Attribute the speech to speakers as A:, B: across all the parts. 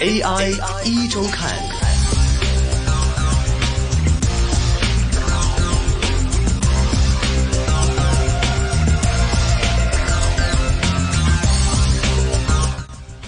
A: AI 一周看，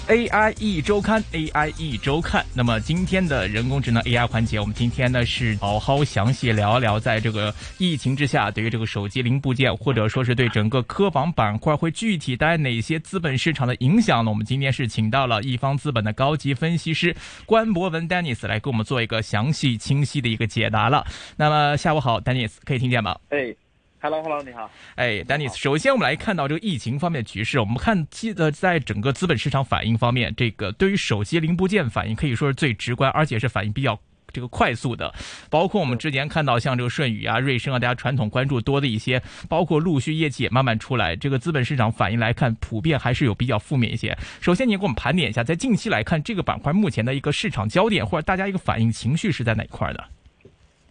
B: AI 一周刊，AI 一周刊。那么今天的人工智能 AI 环节，我们今天呢是好好详细聊一聊，在这个疫情之下，对于这个手机零部件，或者说是对整个科网板块会具体带来哪些资本市场的影响呢？我们今天是请到了易方资本的高级分析师关博文 Dennis 来给我们做一个详细清晰的一个解答了。那么下午好，Dennis，可以听见吗？
C: 哎，Hello Hello，你好。
B: 哎，Dennis，首先我们来看到这个疫情方面的局势，我们看记得在整个资本市场反应方面，这个对于手机零部件反应可以说是最直观，而且是反应比较。这个快速的，包括我们之前看到像这个舜宇啊、瑞声啊，大家传统关注多的一些，包括陆续业绩也慢慢出来，这个资本市场反应来看，普遍还是有比较负面一些。首先，你给我们盘点一下，在近期来看，这个板块目前的一个市场焦点或者大家一个反应情绪是在哪一块的？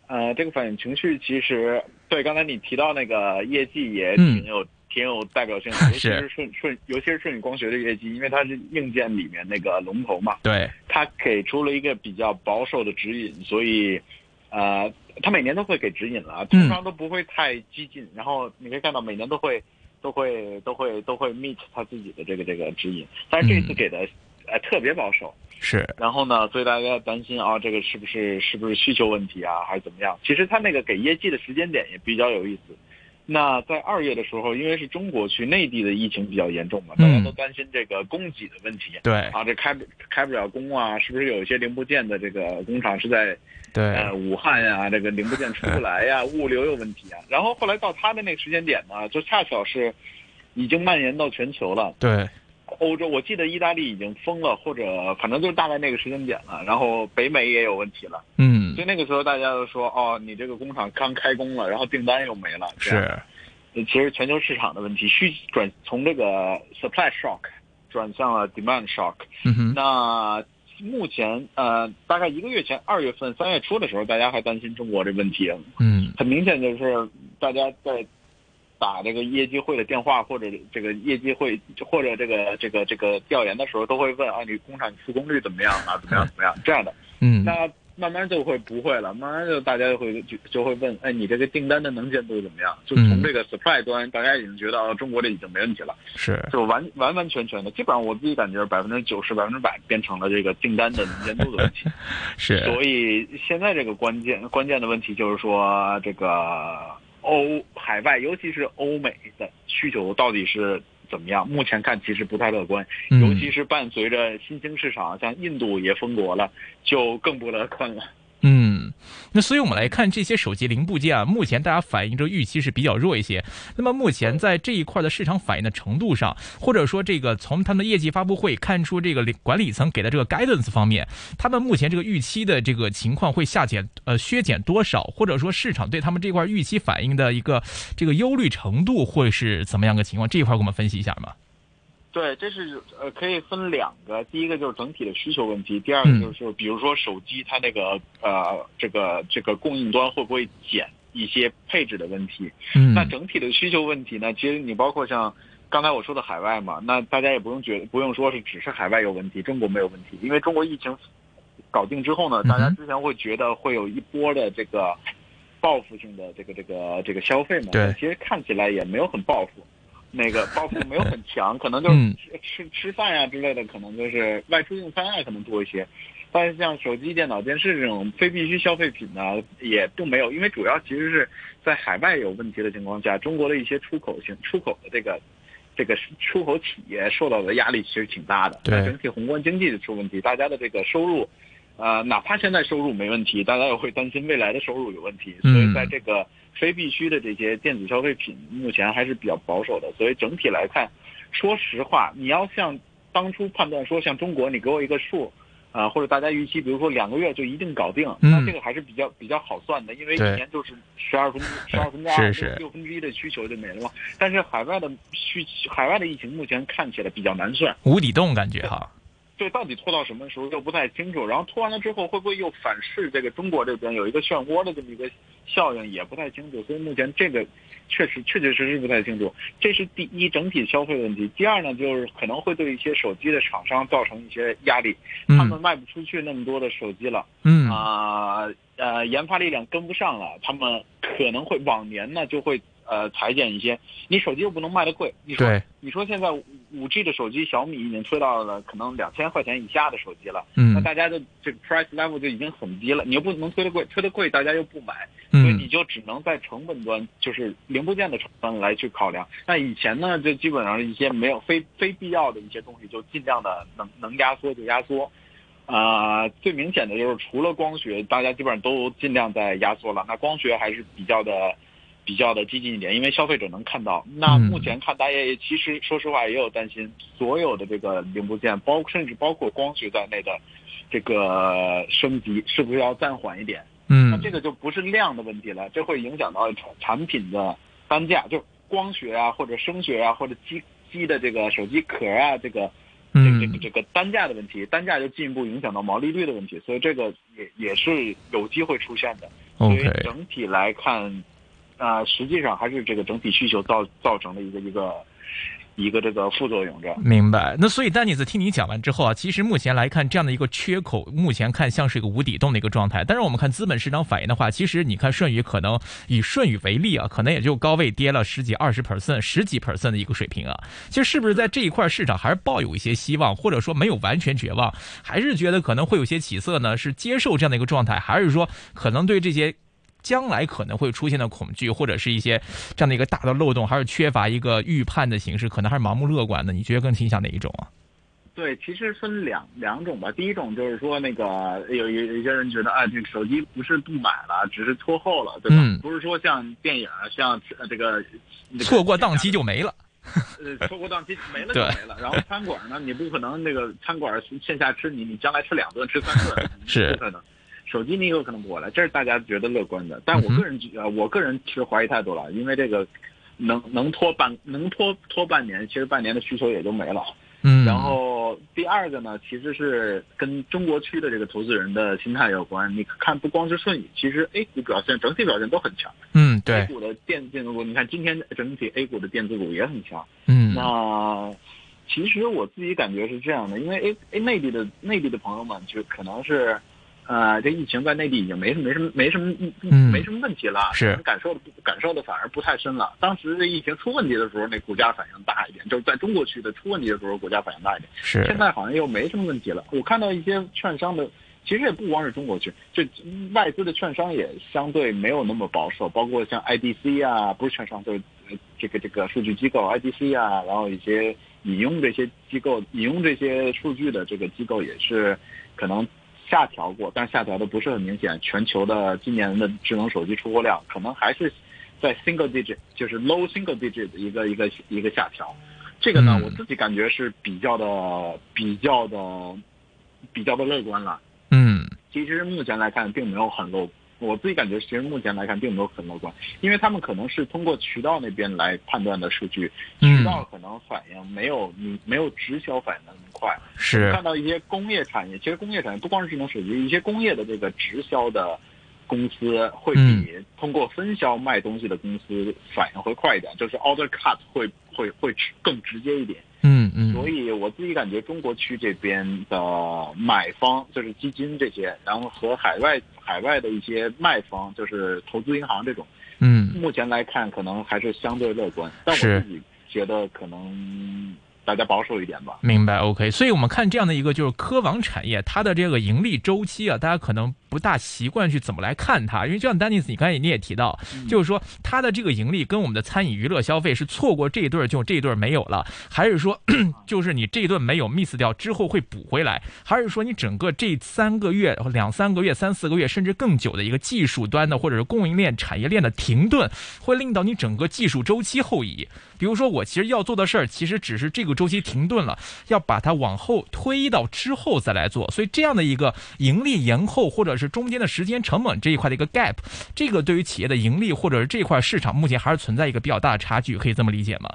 C: 呃，这个反应情绪其实对，刚才你提到那个业绩也挺有、挺有代表性的，尤其
B: 嗯 是
C: 是顺顺，尤其是顺宇光学的业绩，因为它是硬件里面那个龙头嘛，
B: 对，
C: 它给出了一个比较保守的指引，所以呃，它每年都会给指引了，
B: 嗯
C: 通常都不会太激进，然后你可以看到每年都会都会都会都会 meet 它自己的这个这个指引，但是这次
B: 嗯
C: 给的、呃特别保守。
B: 是，
C: 然后呢，所以大家担心啊，这个是不是是不是需求问题啊，还是怎么样？其实他那个给业绩的时间点也比较有意思。那在二月的时候，因为是中国区内地的疫情比较严重嘛，大
B: 嗯
C: 家都担心这个供给的问题、
B: 对，
C: 啊，这开不开不了工啊，是不是有一些零部件的这个工厂是在
B: 对
C: 呃，武汉呀、这个零部件出不来呀、物流有问题啊。然后后来到他的那个时间点呢，就恰巧是已经蔓延到全球了。
B: 对，
C: 欧洲，我记得意大利已经封了，或者反正就是大概那个时间点了。然后北美也有问题了，
B: 嗯
C: 所，以那个时候大家都说，哦，你这个工厂刚开工了，然后订单又没了。这样，
B: 是，
C: 其实全球市场的问题，需转从这个 supply shock 转向了 demand shock。
B: 嗯哼，
C: 那目前呃，大概一个月前，二月份、三月初的时候，大家还担心中国这问题，
B: 嗯，
C: 很明显就是大家在打这个业绩会的电话，或者这个业绩会或者这个这个这个调研的时候，都会问啊，你工厂复工率怎么样啊？怎么样怎么样这样的。
B: 嗯，
C: 那慢慢就会不会了，慢慢就大家就会就就会问，哎，你这个订单的能见度怎么样？就
B: 嗯
C: 从这个 supply 端，大家已经觉得哦，中国这已经没问题了，
B: 是。
C: 就完完完全全的，基本上我自己感觉百分之九十、百分之百变成了这个订单的能见度的问题。
B: 是，
C: 所以现在这个关键关键的问题就是说，这个欧海外，尤其是欧美的需求到底是怎么样？目前看其实不太乐观，
B: 嗯
C: 尤其是伴随着新兴市场，像印度也封国了，就更不乐观了。
B: 嗯，那所以我们来看这些手机零部件啊，目前大家反映着预期是比较弱一些。那么目前在这一块的市场反应的程度上，或者说这个从他们的业绩发布会看出这个领管理层给的这个 guidance 方面，他们目前这个预期的这个情况会下减呃削减多少，或者说市场对他们这块预期反应的一个这个忧虑程度会是怎么样个情况？这一块给我们分析一下嘛？
C: 对，这是呃可以分两个，第一个就是整体的需求问题，第二个就是比如说手机它那个呃这个这个供应端会不会减一些配置的问题。
B: 嗯，
C: 那整体的需求问题呢，其实你包括像刚才我说的海外嘛，那大家也不用觉不用说是只是海外有问题，中国没有问题，因为中国疫情搞定之后呢，
B: 嗯哼
C: 大家之前会觉得会有一波的这个报复性的这个这个这个消费嘛，
B: 对
C: 但其实看起来也没有很报复。那个报复没有很强，可能就是
B: 嗯
C: 吃、吃吃饭呀、之类的，可能就是外出用餐啊，可能多一些。但是像手机、电脑、电视这种非必需消费品呢，也并没有，因为主要其实是在海外有问题的情况下，中国的一些出口型出口的这个这个出口企业受到的压力其实挺大的。
B: 对
C: 整体宏观经济出问题，大家的这个收入，呃，哪怕现在收入没问题，大家也会担心未来的收入有问题。所
B: 嗯
C: 以在这个非必需的这些电子消费品，目前还是比较保守的。所以整体来看，说实话，你要像当初判断说，像中国，你给我一个数。啊、或者大家预期，比如说两个月就一定搞定，
B: 嗯
C: 那这个还是比较比较好算的，因为一
B: 对
C: 年就是十二分之十二分之
B: 是
C: 二
B: 是
C: 六分之一的需求就没了嘛。但是海外的需海外的疫情目前看起来比较难算，
B: 无底洞感觉哈，
C: 对，到底拖到什么时候又不太清楚。然后拖完了之后，会不会又反噬这个中国这边有一个漩涡的这么一个效应，也不太清楚。所以目前这个确实确确实实不太清楚。这是第一，整体消费问题；第二呢，就是可能会对一些手机的厂商造成一些压力，他们
B: 嗯
C: 卖不出去那么多的手机了。
B: 嗯
C: 啊、呃，研发力量跟不上了，他们可能会往年呢就会呃裁减一些。你手机又不能卖的贵，你说
B: 对，
C: 你说现在五 G 的手机，小米已经推到了可能两千块钱以下的手机了，那
B: 嗯
C: 大家的这个 price level 就已经很低了，你又不能推的贵，推的贵大家又不买，所以
B: 嗯
C: 你就只能在成本端，就是零部件的成本来去考量。那以前呢，就基本上一些没有非非必要的一些东西，就尽量的能能压缩就压缩。啊、最明显的就是除了光学，大家基本上都尽量在压缩了。那光学还是比较的。比较的激进一点，因为消费者能看到。那目前看，大家也其实说实话也有担心，所有的这个零部件，包甚至包括光学在内的这个升级，是不是要暂缓一点？那
B: 嗯
C: 这个就不是量的问题了，这会影响到产产品的单价，就光学啊，或者声学啊，或者机机的这个手机壳啊，这个这个这个
B: 嗯
C: 这个单价的问题，单价就进一步影响到毛利率的问题，所以这个也也是有机会出现的。所以
B: ，OK，
C: 整体来看，啊、实际上还是这个整体需求造造成的一个一个一个这个副作用这样。
B: 明白。那所以丹尼斯听你讲完之后啊，其实目前来看，这样的一个缺口，目前看像是一个无底洞的一个状态。但是我们看资本市场反应的话，其实你看舜宇可能以舜宇为例啊，可能也就高位跌了十几、二十 percent、十几 percent 的一个水平啊。其实是不是在这一块市场还是抱有一些希望，或者说没有完全绝望，还是觉得可能会有些起色呢？是接受这样的一个状态，还是说可能对这些？将来可能会出现的恐惧，或者是一些这样的一个大的漏洞，还是缺乏一个预判的形式，可能还是盲目乐观的。你觉得更倾向哪一种啊？
C: 对，其实分两两种吧。第一种就是说，那个有有有一些人觉得，啊，这个手机不是不买了，只是拖后了，对吧？
B: 嗯
C: 不是说像电影，像呃这个、这个
B: 错过档期就没了。
C: 呃，错过档期没了就
B: 对
C: 没了。然后餐馆呢，你不可能那个餐馆线下吃你，你将来吃两顿吃三 顿
B: 是
C: 不可能。手机你有可能不过来，这是大家觉得乐观的。但我
B: 嗯
C: 个人觉呃，我个人其实怀疑太多了，因为这个能能拖半能拖拖半年，其实半年的需求也就没了。
B: 嗯，
C: 然后第二个呢，其实是跟中国区的这个投资人的心态有关。你看，不光是顺宇，其实 A 股表现整体表现都很强。
B: 嗯，
C: A
B: 对，
C: 股的电电子股，你看今天整体 A 股的电子股也很强。
B: 嗯，
C: 那其实我自己感觉是这样的，因为 A A 内地的内地的朋友们就可能是，呃，这疫情在内地已经没什没什么没什么
B: 嗯
C: 没什么问题了，
B: 是
C: 可能感受的感受的反而不太深了。当时这疫情出问题的时候，那股价反应大一点，就是在中国区的出问题的时候，股价反应大一点。
B: 是
C: 现在好像又没什么问题了。我看到一些券商的，其实也不光是中国区，就外资的券商也相对没有那么保守，包括像 IDC 啊，不是券商，就是呃这个这个数据机构 IDC 啊，然后一些引用这些机构引用这些数据的这个机构也是可能。下调过，但下调的不是很明显。全球的今年的智能手机出货量可能还是在 single digit，就是 low single digit 的一个一个一个下调。这个呢
B: 嗯，
C: 我自己感觉是比较的、比较的、比较的乐观了。
B: 嗯
C: 其实目前来看，并没有很乐，我自己感觉其实目前来看并没有很乐观，因为他们可能是通过渠道那边来判断的数据，渠
B: 嗯
C: 道可能反应没有你没有直销反应的那么快。
B: 是
C: 看到一些工业产业，其实工业产业不光是智能手机，一些工业的这个直销的公司会比
B: 嗯
C: 通过分销卖东西的公司反应会快一点，就是 order cut 会会会直更直接一点。
B: 嗯嗯，
C: 所以我自己感觉中国区这边的买方就是基金这些，然后和海外海外的一些卖方就是投资银行这种，
B: 嗯
C: 目前来看可能还是相对乐观，但我
B: 是
C: 自己觉得可能大家保守一点吧。
B: 明白 OK。所以我们看这样的一个就是科网产业，它的这个盈利周期啊，大家可能不大习惯去怎么来看它，因为就像丹尼斯你刚才你也提到，就是说它的这个盈利跟我们的餐饮娱乐消费是错过这一对儿就这一对儿没有了，还是说 就是你这一顿没有 miss 掉之后会补回来，还是说你整个这三个月、两三个月、三四个月甚至更久的一个技术端的或者是供应链、产业链的停顿，会令到你整个技术周期后移？比如说我其实要做的事儿，其实只是这个周期停顿了，要把它往后推到之后再来做，所以这样的一个盈利延后或者是中间的时间成本这一块的一个 gap，这个对于企业的盈利或者是这块市场目前还是存在一个比较大的差距，可以这么理解吗？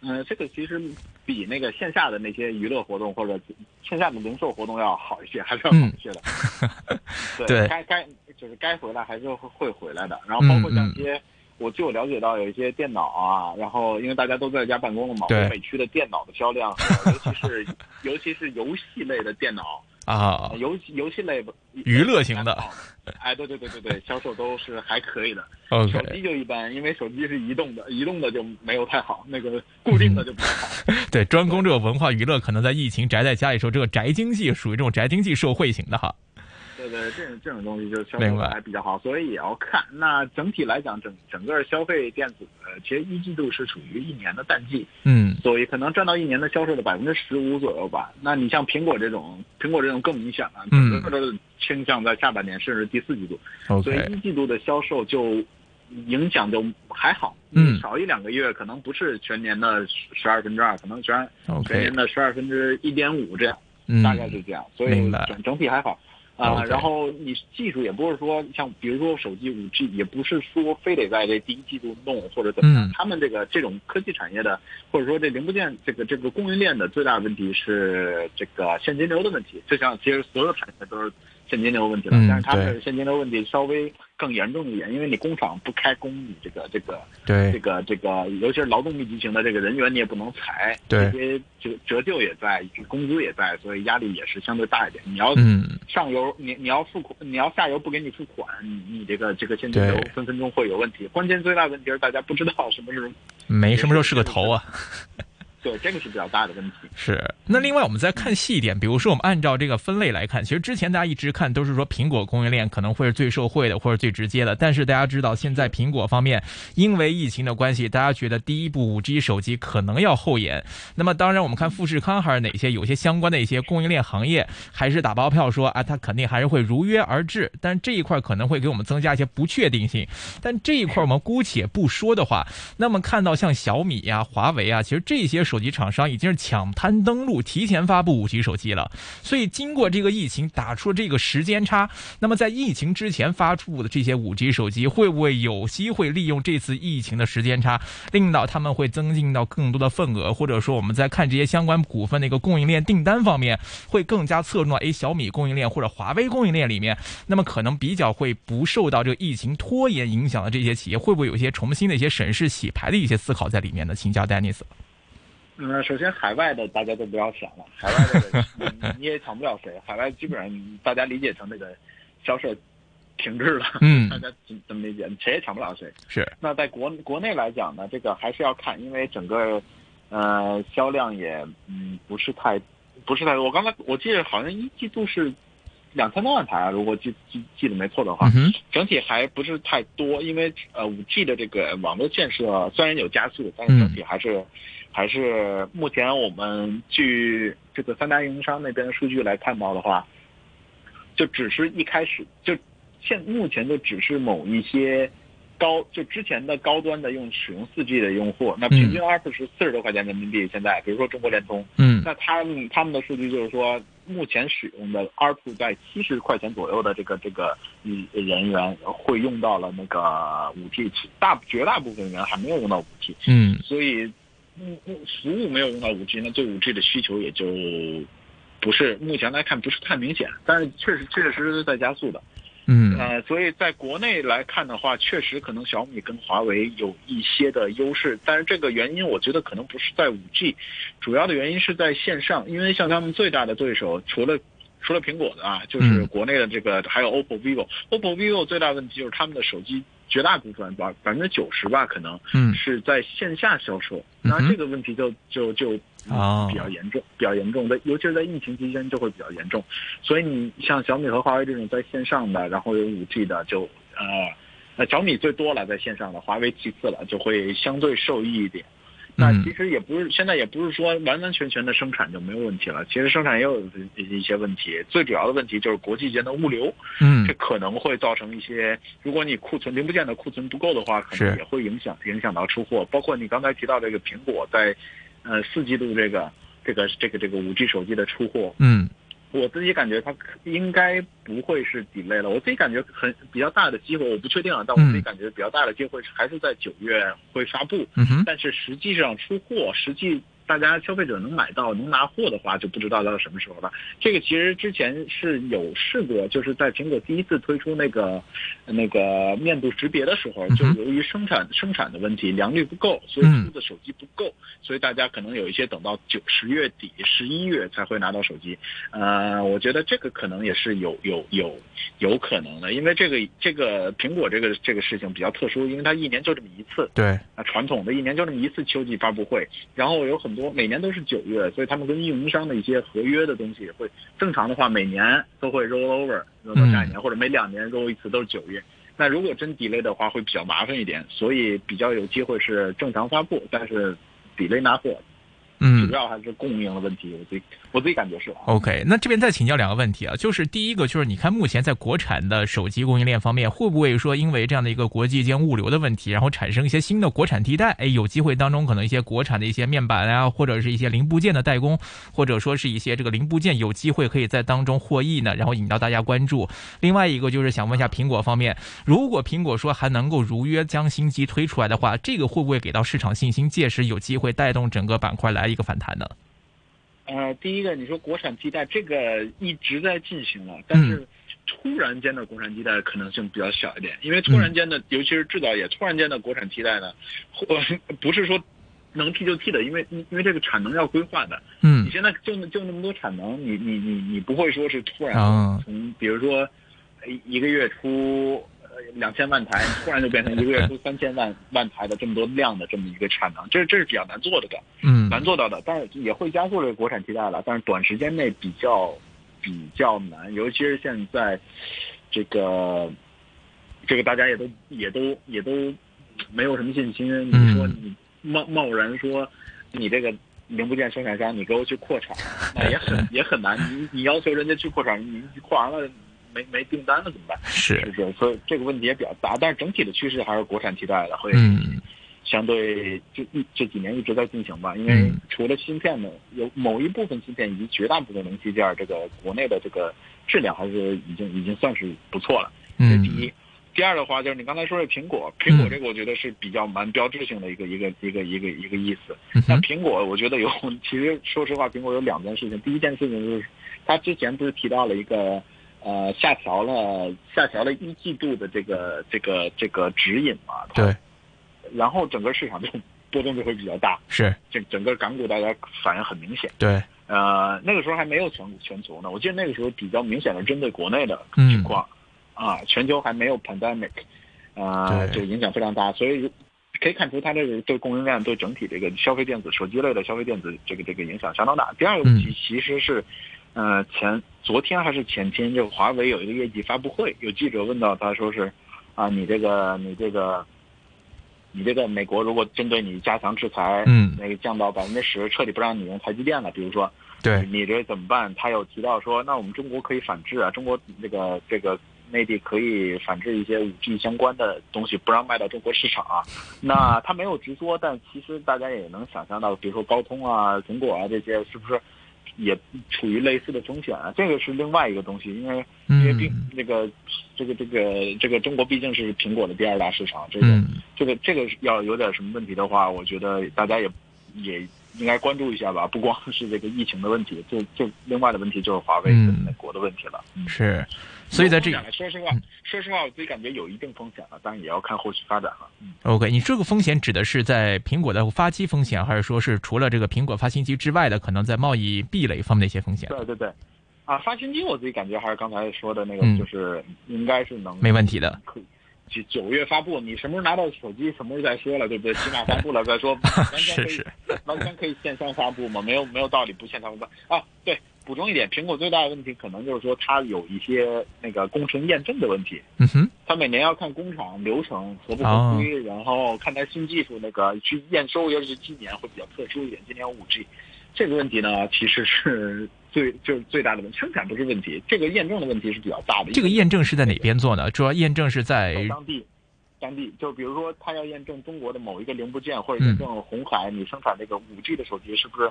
C: 嗯，这个其实比那个线下的那些娱乐活动或者线下的零售活动要好一些，还是要好一些的。
B: 嗯
C: 对
B: 对嗯
C: 该该就是该回来还是会回来的。然后包括像一些、我据我了解到，有一些电脑啊，然后因为大家都在家办公了嘛，
B: 对
C: 欧美区的电脑的销量，呃尤其是尤其是游戏类的电脑，呃
B: 啊，
C: 游戏游戏类
B: 娱乐型的，
C: 哎，对对对对对，销售都是还可以的。手
B: OK，
C: 机就一般，因为手机是移动的，移动的就没有太好，那个固定的就不太好。
B: 对，专攻这个文化娱乐，可能在疫情宅在家里时候，这个宅经济属于这种宅经济受惠型的哈。
C: 对对，这种这种东西就销
B: 明
C: 售
B: 白
C: 还比较好，所以也要看。那整体来讲，整整个消费电子，呃，其实一季度是处于一年的淡季，
B: 嗯，
C: 所以可能占到一年的销售的百分之十五左右吧。那你像苹果这种，苹果这种更明显了，
B: 嗯
C: 整个的倾向在下半年甚至第四季度，所以
B: OK，
C: 一季度的销售就影响就还好，
B: 嗯
C: 少一两个月可能不是全年的十二分之二，可能全全
B: OK，
C: 年的十二分之一点五这样。
B: 嗯，
C: 大概是这样，所
B: 明
C: 以
B: 白
C: 整整体还好。啊、
B: OK
C: 然后你技术也不是说像，比如说手机五 G，也不是说非得在这第一季度弄或者怎么样。
B: 嗯
C: 他们这个这种科技产业的，或者说这零部件这个这个供应链的最大问题是这个现金流的问题。就像其实所有产业都是现金流问题了，
B: 嗯
C: 但是他们
B: 对
C: 的现金流问题稍微更严重一点，因为你工厂不开工，你这个这个这
B: 对，
C: 个这个，尤其是劳动密集型的这个人员，你也不能裁，
B: 对
C: 这些折折旧也在，工资也在，所以压力也是相对大一点。你要
B: 嗯，
C: 上游，你你要付款，你要下游不给你付款，你你这个这个现金流
B: 对
C: 分分钟会有问题。关键最大问题是大家不知道什么时候，
B: 没什么时候是个头啊。
C: 对，这个是比较大的问题。
B: 是，那另外我们再看细一点，比如说我们按照这个分类来看，其实之前大家一直看都是说苹果供应链可能会是最受惠的或者最直接的，但是大家知道现在苹果方面因为疫情的关系，大家觉得第一部五 G 手机可能要后延。那么当然我们看富士康还是哪些有些相关的一些供应链行业，还是打包票说啊，它肯定还是会如约而至，但这一块可能会给我们增加一些不确定性。但这一块我们姑且不说的话，那么看到像小米呀、华为啊，其实这些手机厂商已经是抢滩登陆，提前发布五 G 手机了。所以经过这个疫情打出这个时间差，那么在疫情之前发布的这些五 G 手机，会不会有机会利用这次疫情的时间差，令到他们会增进到更多的份额，或者说我们在看这些相关股份的一个供应链订单方面，会更加侧重到诶小米供应链或者华为供应链里面，那么可能比较会不受到这个疫情拖延影响的这些企业，会不会有一些重新的一些审视洗牌的一些思考在里面呢？请教 Dennis。
C: 嗯，首先海外的大家都不要想了，海外的你 你也抢不了谁，海外基本上大家理解成这个销售停滞了，
B: 嗯
C: 大家怎怎么理解？谁也抢不了谁。
B: 是，
C: 那在国国内来讲呢，这个还是要看，因为整个呃销量也嗯不是太不是太多。我刚才我记得好像一季度是两千多万台，啊如果记记记得没错的话，
B: 嗯哼，
C: 整体还不是太多，因为呃五 G 的这个网络建设虽然有加速，但是整体还是、还是目前我们据这个三大运营商那边的数据来看到的话，就只是一开始就现目前就只是某一些高就之前的高端的用使用四 G 的用户，那平均 ARPU 是四十多块钱人民币。现在比如说中国联通，
B: 嗯
C: 那他们他们的数据就是说，目前使用的 ARPU 在七十块钱左右的这个这个嗯人员会用到了那个五 G，大绝大部分人还没有用到五 G，
B: 嗯
C: 所以嗯嗯服务没有用到五 G，那对五 G 的需求也就不是目前来看不是太明显，但是确实确确实实是在加速的。
B: 嗯
C: 呃，所以在国内来看的话，确实可能小米跟华为有一些的优势，但是这个原因我觉得可能不是在五 G，主要的原因是在线上，因为像他们最大的对手，除了除了苹果的啊，就是
B: 嗯
C: 国内的这个还有 OPPO、vivo。OPPO、vivo 最大问题就是他们的手机绝大部分百百分之九十吧，可能
B: 嗯
C: 是在线下销售，
B: 嗯
C: 那
B: 哼
C: 这个问题就就就
B: 哦
C: 嗯比较严重，比较严重的，尤其是在疫情期间就会比较严重。所以你像小米和华为这种在线上的，然后有五 G 的，就呃，呃小米最多了在线上的，华为其次了，就会相对受益一点。那
B: 嗯
C: 其实也不是，现在也不是说完完全全的生产就没有问题了，其实生产也有一些问题，最主要的问题就是国际间的物流，这
B: 嗯
C: 可能会造成一些，如果你库存零部件的库存不够的话，可
B: 是
C: 能也会影响影响到出货。包括你刚才提到这个苹果在，呃，四季度这个这个这个这个五 G 手机的出货，
B: 嗯
C: 我自己感觉它可应该不会是 delay 了。我自己感觉很比较大的机会，我不确定啊，但我自己
B: 嗯
C: 感觉比较大的机会是还是在九月会发布，
B: 嗯哼，
C: 但是实际上出货实际。大家消费者能买到、能拿货的话，就不知道到什么时候了。这个其实之前是有试过，就是在苹果第一次推出那个那个面部识别的时候，
B: 嗯哼
C: 就由于生产生产的问题，良率不够，所以
B: 嗯
C: 出的手机不够，所以大家可能有一些等到九十月底、十一月才会拿到手机。呃，我觉得这个可能也是有有有有可能的，因为这个这个苹果这个这个事情比较特殊，因为它一年就这么一次，
B: 对，
C: 啊，传统的一年就这么一次秋季发布会，然后有很多每年都是九月，所以他们跟运营商的一些合约的东西也会正常的话，每年都会 roll over roll 到下一年，或者每两年 roll 一次，都是九月。那如果真 delay 的话，会比较麻烦一点，所以比较有机会是正常发布，但是 delay 拿货，
B: 嗯
C: 主。要还是供应的问题，我自己我自己感觉是啊。
B: OK，那这边再请教两个问题啊，就是第一个就是你看目前在国产的手机供应链方面，会不会说因为这样的一个国际间物流的问题，然后产生一些新的国产替代？哎，有机会当中可能一些国产的一些面板啊，或者是一些零部件的代工，或者说是一些这个零部件有机会可以在当中获益呢，然后引到大家关注。另外一个就是想问一下苹果方面，如果苹果说还能够如约将新机推出来的话，这个会不会给到市场信心，届时有机会带动整个板块来一个反弹呢？
C: 呃，第一个你说国产替代这个一直在进行了，但是突然间的国产替代可能性比较小一点，因为突然间的，尤其是制造业突然间的国产替代呢， 或不是说能替就替的，因为因为这个产能要规划的，
B: 嗯
C: 你现在就那就那么多产能，你你你你不会说是突然
B: 啊
C: 从比如说呃一个月出呃两千万台，突然就变成一个月出三千万万台的这么多量的这么一个产能，这这是比较难做的的。
B: 嗯
C: 难做到的，但是也会加速这个国产替代了，但是短时间内比较比较难，尤其是现在这个这个大家也都也都也都没有什么信心。你
B: 嗯
C: 说你贸贸然说你这个零部件生产商，你给我去扩产，那也 很也很难。你你要求人家去扩产，你扩完了没没订单了怎么办？
B: 是
C: 是。不是？所以这个问题也比较大，但是整体的趋势还是国产替代的会。
B: 嗯
C: 相对这一这几年一直在进行吧，因为
B: 嗯
C: 除了芯片呢，有某一部分芯片以及绝大部分零器件儿，这个国内的这个质量还是已经已经算是不错了。这是第
B: 嗯
C: 一。第二的话就是你刚才说的苹果，苹果
B: 嗯
C: 这个我觉得是比较蛮标志性的一个一个一个一个一个意思。
B: 嗯
C: 那
B: 哼
C: 苹果我觉得有，其实说实话，苹果有两件事情。第一件事情就是，他之前不是提到了一个呃下调了下调了一季度的这个这个这个指引嘛？它
B: 对
C: 然后整个市场就 波动就会比较大，
B: 是
C: 整整个港股大家反应很明显。
B: 对
C: 呃，那个时候还没有全全球呢，我记得那个时候比较明显的针对国内的
B: 嗯
C: 情况，啊，全球还没有 pandemic，呃，
B: 对
C: 就影响非常大，所以可以看出它这个对供应链对整体这个消费电子手机类的消费电子这个这个影响相当大。第二个问
B: 嗯
C: 题其实是，呃，前昨天还是前天，就华为有一个业绩发布会，有记者问到他说是，啊，你这个你这个。你这个美国如果针对你加强制裁，
B: 嗯
C: 那个降到百分之十，彻底不让你用台积电了，比如说，
B: 对
C: 你这怎么办？他有提到说，那我们中国可以反制啊，中国这个这个内地可以反制一些五 G 相关的东西，不让卖到中国市场 啊。那他没有直说，但其实大家也能想象到，比如说高通啊、苹果啊这些，是不是也处于类似的风险啊？这个是另外一个东西，因为因为并
B: 嗯
C: 这个这个这个这个中国毕竟是苹果的第二大市场，这个
B: 嗯
C: 这个这个要有点什么问题的话，我觉得大家也也应该关注一下吧。不光是这个疫情的问题，就就另外的问题就是华为跟
B: 嗯
C: 美国的问题了。嗯
B: 是，所以在这嗯
C: 风险呢说实话，说实话，我自己感觉有一定风险了，但是也要看后续发展了。嗯
B: OK，你这个风险指的是在苹果的发机风险，还是说是除了这个苹果发新机之外的，可能在贸易壁垒方面的一些风险？
C: 对对对，啊，发新机我自己感觉还是刚才说的那个
B: 嗯，
C: 就是应该是能
B: 没问题的。
C: 可以九九月发布，你什么时候拿到手机，什么时候再说了，对不对？起码发布了再 说，完全可
B: 是
C: 以
B: 是
C: 完全可以线上发布嘛，没有没有道理不线上发布啊。对，补充一点，苹果最大的问题可能就是说它有一些那个工程验证的问题，
B: 嗯哼，
C: 它每年要看工厂流程合不合规，然后看它新技术那个去验收，尤其是今年会比较特殊一点，今年五 G 这个问题呢，其实是最就是最大的问题，生产不是问题，这个验证的问题是比较大的。
B: 这个验证是在哪边做呢？主要验证是在
C: 当地，当地就比如说他要验证中国的某一个零部件，或者
B: 嗯
C: 验证红海你生产这个五 G 的手机是不是，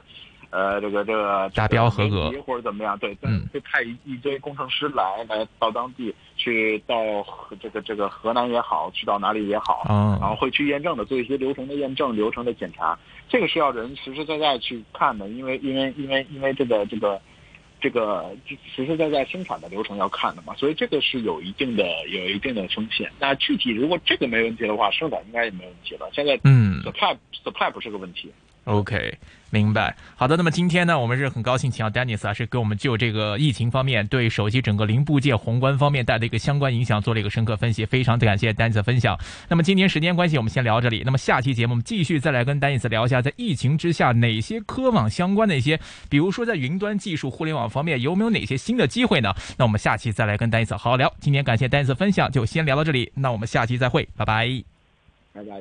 C: 呃，这个这个
B: 达标合格
C: 这个没及或者怎么样？对，
B: 嗯
C: 就派一一堆工程师来来到当地去到河这个这个河南也好，去到哪里也好，然
B: 哦
C: 后会去验证的，做一些流程的验证、流程的检查。这个是要人实实在在去看的，因为因为因为因为这个这个这个实实在在生产的流程要看的嘛，所以这个是有一定的有一定的风险。那具体如果这个没问题的话，生产应该也没问题了。现在
B: 嗯
C: supply supply 不是个问题。
B: OK，明白。好的，那么今天呢，我们是很高兴请到 Dennis 啊，是给我们就这个疫情方面对手机整个零部件宏观方面带来的一个相关影响做了一个深刻分析，非常感谢 Dennis 的分享。那么今天时间关系，我们先聊这里。那么下期节目我们继续再来跟 Dennis 聊一下，在疫情之下哪些科网相关的一些，比如说在云端技术、互联网方面有没有哪些新的机会呢？那我们下期再来跟 Dennis 好好聊。今天感谢 Dennis 的分享，就先聊到这里。那我们下期再会，拜拜。
C: 拜拜。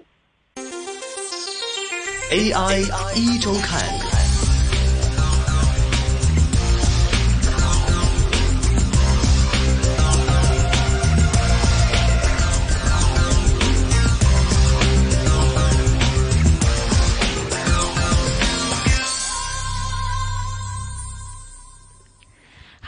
A: AI 一周看。